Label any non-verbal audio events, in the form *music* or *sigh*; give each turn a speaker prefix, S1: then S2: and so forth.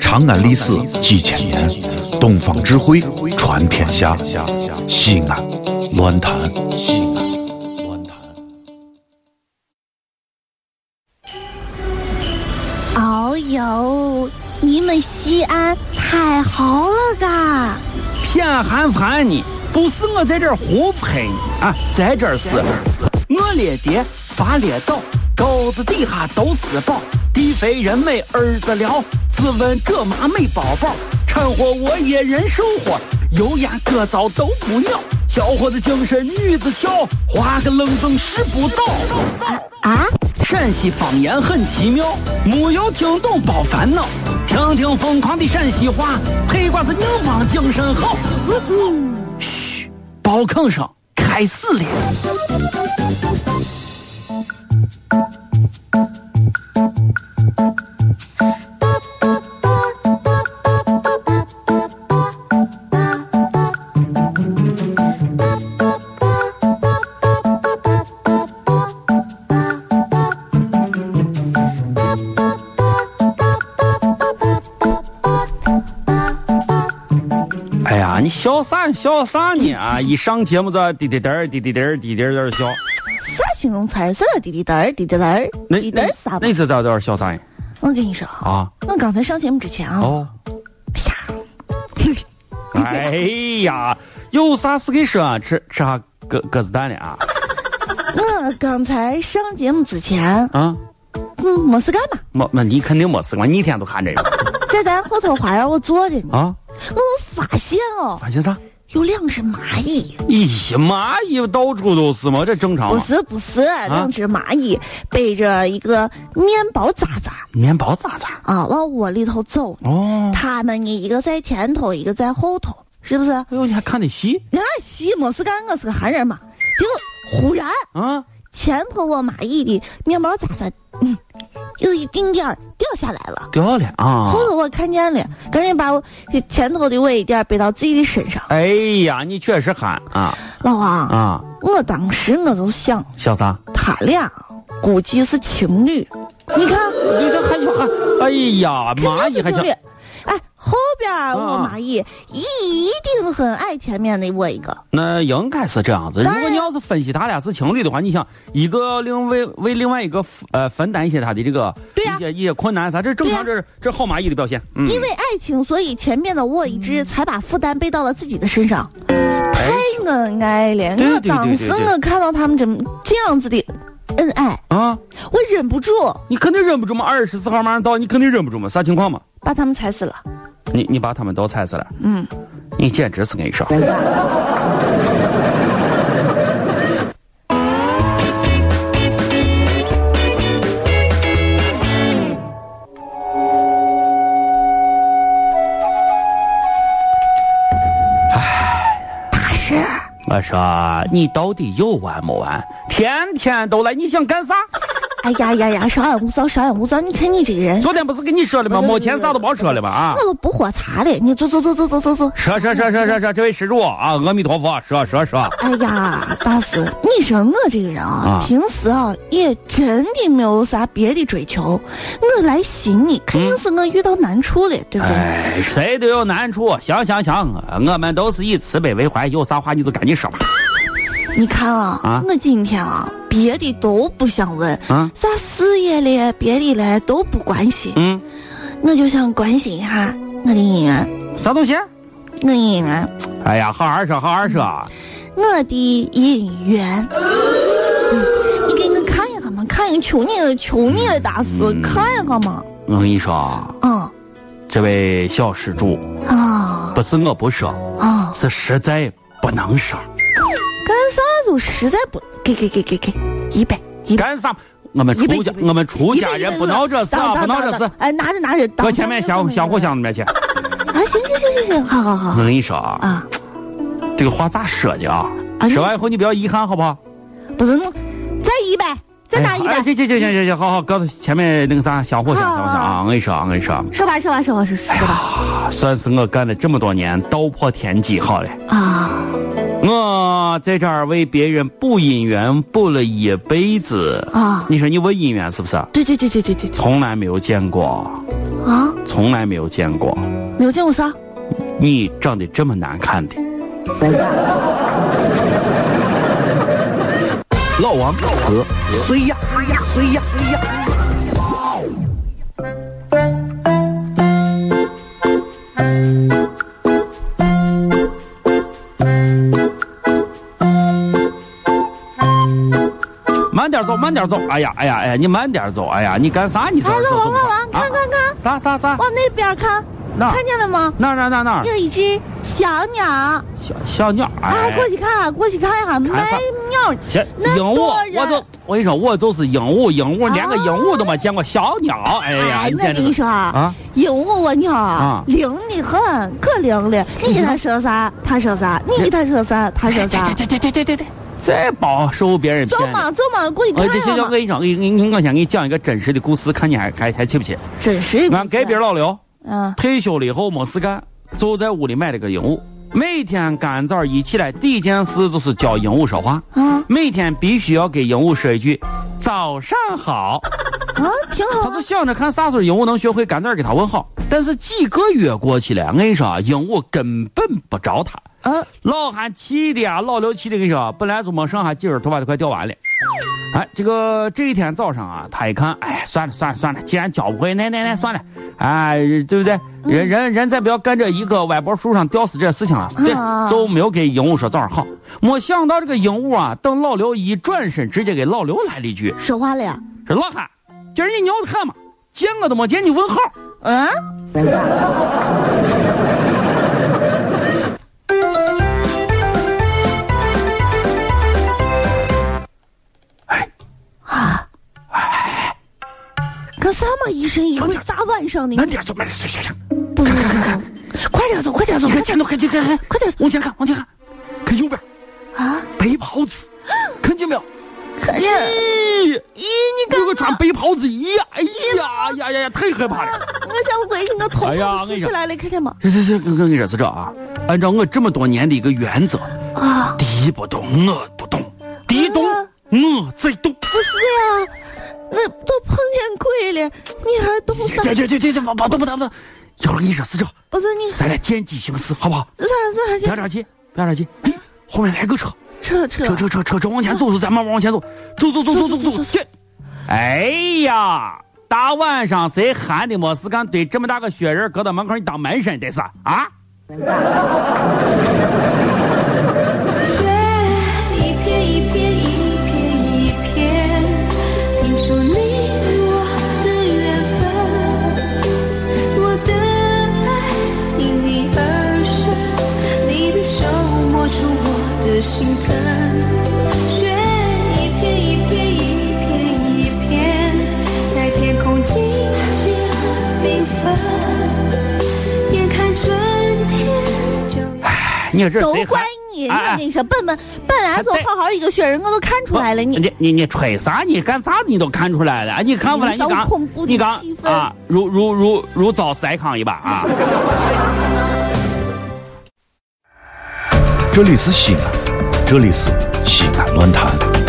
S1: 长安历史几千年，东方智慧传天下。西安，乱谈西安，乱谈。
S2: 哦呦，你们西安太好了嘎！啊
S3: 偏寒寒你，不是我在这儿胡喷你啊，在这儿是，我列爹发列倒，沟子底下都是宝，地肥人美儿子了，自问这妈没宝宝，掺和我也人生活，油盐各糟都不尿，小伙子精神女子俏，花个愣风拾不倒。
S2: 啊，
S3: 陕西方言很奇妙，没有听懂别烦恼，听听疯狂的陕西话，黑瓜子硬邦精神好。嘘，包吭声开始了。哎呀，你笑啥？你笑啥呢？啊，一上节目这滴滴滴儿滴滴滴儿滴滴滴儿笑，
S2: 啥形容词儿？啥叫滴滴答儿滴滴答儿
S3: 那
S2: 滴答儿啥吧
S3: 那？是咋在这笑啥呀？
S2: 我跟你说，哎
S3: 啊，
S2: *laughs* 我刚才上节目之前啊，
S3: 哦，
S2: 哎呀，
S3: 哎呀，有啥事给说啊？吃吃下鸽鸽子蛋了啊？
S2: 我刚才上节目之前，
S3: 啊，
S2: 嗯，没事干嘛，
S3: 没没，你肯定没事，我一天都看这个
S2: 在咱后头花园我坐着呢，
S3: 啊。
S2: 我发现哦，
S3: 发现啥？
S2: 有两只蚂蚁。
S3: 咦呀，蚂蚁到处都是嘛，这正常
S2: 不
S3: 吗？
S2: 是不是，
S3: 啊
S2: 两只蚂蚁背着一个面包渣渣
S3: 面包渣渣。
S2: 啊，往窝里头走呢。
S3: 哦，
S2: 它们呢，一个在前头，一个在后头，是不是？
S3: 哎呦，你还看得细
S2: 人家西没事干，我是个汉人嘛。结果忽然
S3: 啊？
S2: 前头我蚂蚁的面包渣渣，嗯，有一丁点儿掉下来了。
S3: 掉了啊！
S2: 后头我看见了，赶紧把我前头的尾一点背到自己的身上。
S3: 哎呀，你确实憨啊
S2: 老王，
S3: 啊！
S2: 我当时我就想，
S3: 小啥？
S2: 他俩估计是情侣。你看，
S3: 你这还有还？哎呀，蚂蚁还
S2: 情
S3: 想
S2: 侣。哎，后边儿我
S3: 啊
S2: 蚂蚁一定很爱前面的我一个。
S3: 那应该是这样子。如
S2: 当然
S3: 果你要是分析他俩是情侣的话，你想一个另为为另外一个呃分担一些他的这个
S2: 对呀
S3: 一些一些困难啥，这是正常，这
S2: 对
S3: 是这是好蚂蚁的表现。嗯，
S2: 因为爱情，所以前面的我一直才把负担背到了自己的身上。太恩爱了！
S3: 哎对
S2: 我
S3: 对
S2: 当时
S3: 对对对
S2: 我看到他们这么这样子的恩爱，
S3: 啊，
S2: 我忍不住
S3: 你肯定忍不住嘛，二十四号马上到，你肯定忍不住嘛，啥情况嘛？
S2: 把他们踩死了。
S3: 你你把他们都踩死了，
S2: 嗯，
S3: 你简直是跟你说。
S2: 大师，
S3: 我说你到底有完没完？天天都来，你想干啥？
S2: 哎呀呀呀，少安勿躁，少安勿躁！你看你这个人，
S3: 昨天不是跟你说了吗？没钱啥都别说了吧啊
S2: 我！都不喝茶了。你走走走走走走走。
S3: 说说说说说说，这位施主啊，阿弥陀佛，说说说。
S2: 哎呀，大师，你说我这个人啊，
S3: 啊
S2: 平时啊也真的没有啥别的追求，我来寻你肯定是我遇到难处了，对不对？
S3: 嗯哎，谁都有难处，行行行，我们都是以慈悲为怀，有啥话你就赶紧说吧。
S2: 你看啊，
S3: 啊
S2: 我今天啊，别的都不想问，
S3: 啊
S2: 啥事业嘞、别的嘞都不关心，
S3: 嗯，
S2: 我就想关心一下我的姻缘，
S3: 啥东西？
S2: 我的姻缘，
S3: 哎呀，好好说，好好说。
S2: 我的姻缘。嗯你给我看一下嘛，看一下，求你了，求你了，大师，
S3: 嗯
S2: 看一下嘛。
S3: 我跟你说，
S2: 嗯
S3: 这位小施主，
S2: 啊
S3: 不是我不说，
S2: 啊，
S3: 是实在不能说。
S2: 干啥就实在不给给给给给一百一百。
S3: 干啥？我们
S2: 一百
S3: 出家
S2: 一，百
S3: 我们出
S2: 一
S3: 家
S2: 百一百
S3: 人不闹这事啊，
S2: 当
S3: 不
S2: 当
S3: 闹这
S2: 当
S3: 事
S2: 当。哎，拿着拿着，
S3: 搁
S2: 当
S3: 前面相相互箱里面去。
S2: 啊，行行行行行，好好好
S3: 我跟你说啊，
S2: 啊。
S3: 这个话咋说的啊
S2: 啊？
S3: 说完以后你不要遗憾，好不好？
S2: 不是，再一百，再打一
S3: 哎
S2: 百
S3: 呀哎，行行行行行行，好好，搁前面那个啥相互箱，相互箱啊！我跟你说，我跟你说。
S2: 说吧说吧说吧说
S3: 哎
S2: 说吧
S3: 算是我干了这么多年道破天机好了。
S2: 啊！
S3: 我在这儿为别人补姻缘补了一辈子
S2: 啊
S3: 你说你问姻缘是不是？
S2: 对对对对对对对，
S3: 从来没有见过，
S2: 啊，
S3: 从来没有见过
S2: 没有见过啥？
S3: 你长得这么难看的。
S1: 老王和谁呀？谁呀？谁呀？谁呀？
S3: 慢点走，慢点走。哎呀，哎呀，哎呀，你慢点走。哎呀，你干啥？你走
S2: 哎，老
S3: 走
S2: 王，
S3: 走
S2: 老王，
S3: 啊
S2: 看看看，
S3: 啥啥啥？
S2: 往那边看，
S3: 那
S2: 看见了吗？
S3: 那儿那儿那儿那儿
S2: 有一只小鸟，啊，
S3: 小小鸟。哎，
S2: 过去看，过去看一下，
S3: 看啥
S2: 卖鸟。
S3: 行，
S2: 那
S3: 鹦鹉，
S2: 多
S3: 我
S2: 人
S3: 就我跟你说，我就是鹦鹉，鹦鹉连个
S2: 啊
S3: 鹦鹉都没见过，小鸟。哎呀，
S2: 哎，
S3: 你
S2: 我
S3: 简
S2: 跟你
S3: 直是
S2: 说
S3: 啊，
S2: 鹦鹉我鸟
S3: 啊
S2: 灵的很，可灵了。你给它说啥，它说啥；你给它说啥，它说啥。
S3: 对对对对对对，再保受别人
S2: 走
S3: 骗了。
S2: 嘛，走嘛，过去
S3: 呃，这
S2: 看看
S3: 行行，我
S2: 嘛。
S3: 跟你说，我给你我先给你讲一个真实的故事，看你还还还气不气？
S2: 真是
S3: 俺隔壁
S2: 了。
S3: 老刘
S2: 嗯，
S3: 退休了以后没事干，就在屋里买了个鹦鹉，每天干早一起来第一件事就是教鹦鹉说话，
S2: 啊
S3: 每天必须要给鹦鹉说一句早上好。
S2: 啊，挺好
S3: 他
S2: 啊
S3: 就。想着看啥时候鹦鹉能学会，赶早给他问好。但是几个月过去了，我跟你说啊，鹦鹉根本不找他。
S2: 嗯，
S3: 老汉气的啊，老刘气的，跟你说啊，本来就没剩下几根头发都快掉完了。哎，这个这一天早上啊，他一看，哎，算了算了算了，既然教不会，那那那算了，哎，对不对？人人人再不要干这一个歪脖树上吊死这事情了，对
S2: 啊，
S3: 就没有给鹦鹉说早上好。没想到这个鹦鹉啊，等老刘一转身，直接给老刘来了一句
S2: 说话了呀？：“
S3: 说老汉，今儿你娘子看嘛，见我都没见你问好。”
S2: 嗯，干啥嘛？一身一会儿大晚上的，
S3: 慢点走，慢点走，行行，
S2: 不不不，快点走，快点走，快点
S3: 快点走，快点，快点，
S2: 快点
S3: 往前看，往前看，看右边，
S2: 啊！
S3: 白袍子，看见没有？
S2: 可是，
S3: 咦，
S2: 咦，你干
S3: 有个
S2: 嘛？
S3: 穿白袍子，咦呀，哎呀呀呀呀，太害怕了！
S2: 我想回去，我头
S3: 哎呀
S2: 发都
S3: 我跟
S2: 竖起
S3: 你讲
S2: 来了，看见吗？
S3: 这这这，我跟你说是这啊，按照我这么多年的一个原则，
S2: 啊，
S3: 敌不动我不动，敌动
S2: 嗯
S3: 我最动。
S2: 不是呀，那都碰见鬼了，你还动啥？
S3: 这这这这这，别别动不动不动，一会儿你说是这，
S2: 不是你，
S3: 咱俩见机行事，好不好？
S2: 这这还
S3: 不
S2: 行，
S3: 要着急，不要着急。哎，后面来个车。
S2: 扯扯
S3: 车车车车车
S2: 嗯
S3: 往前走走，咱慢慢往前走，走走走走走走这。哎呀，大晚上谁闲的没事干，堆这么大个雪人搁到门口，你当门神得是啊？
S4: 雪一片一片一片一片，拼出你我的缘分。我的爱因你而生，你的手摸出我的心疼。雪一片一片一片一片，在天空尽情缤纷。眼看春天就要。
S3: 哎你说这
S2: 都
S3: 谁
S2: 怪
S3: 还
S2: 你！
S3: 哎
S2: 我
S3: 哎
S2: 跟你说，本本本来就
S3: 哎对
S2: 好好一个雪人，我都看出来了。你
S3: 你你你吹啥？你干啥？你都看出来了，哎你看出来？
S2: 营
S3: 你
S2: 造
S3: 刚
S2: 恐怖的
S3: 你刚
S2: 气氛
S3: 啊，如如如如遭筛糠一般啊！
S1: 这里是西安，这里是西安乱坛。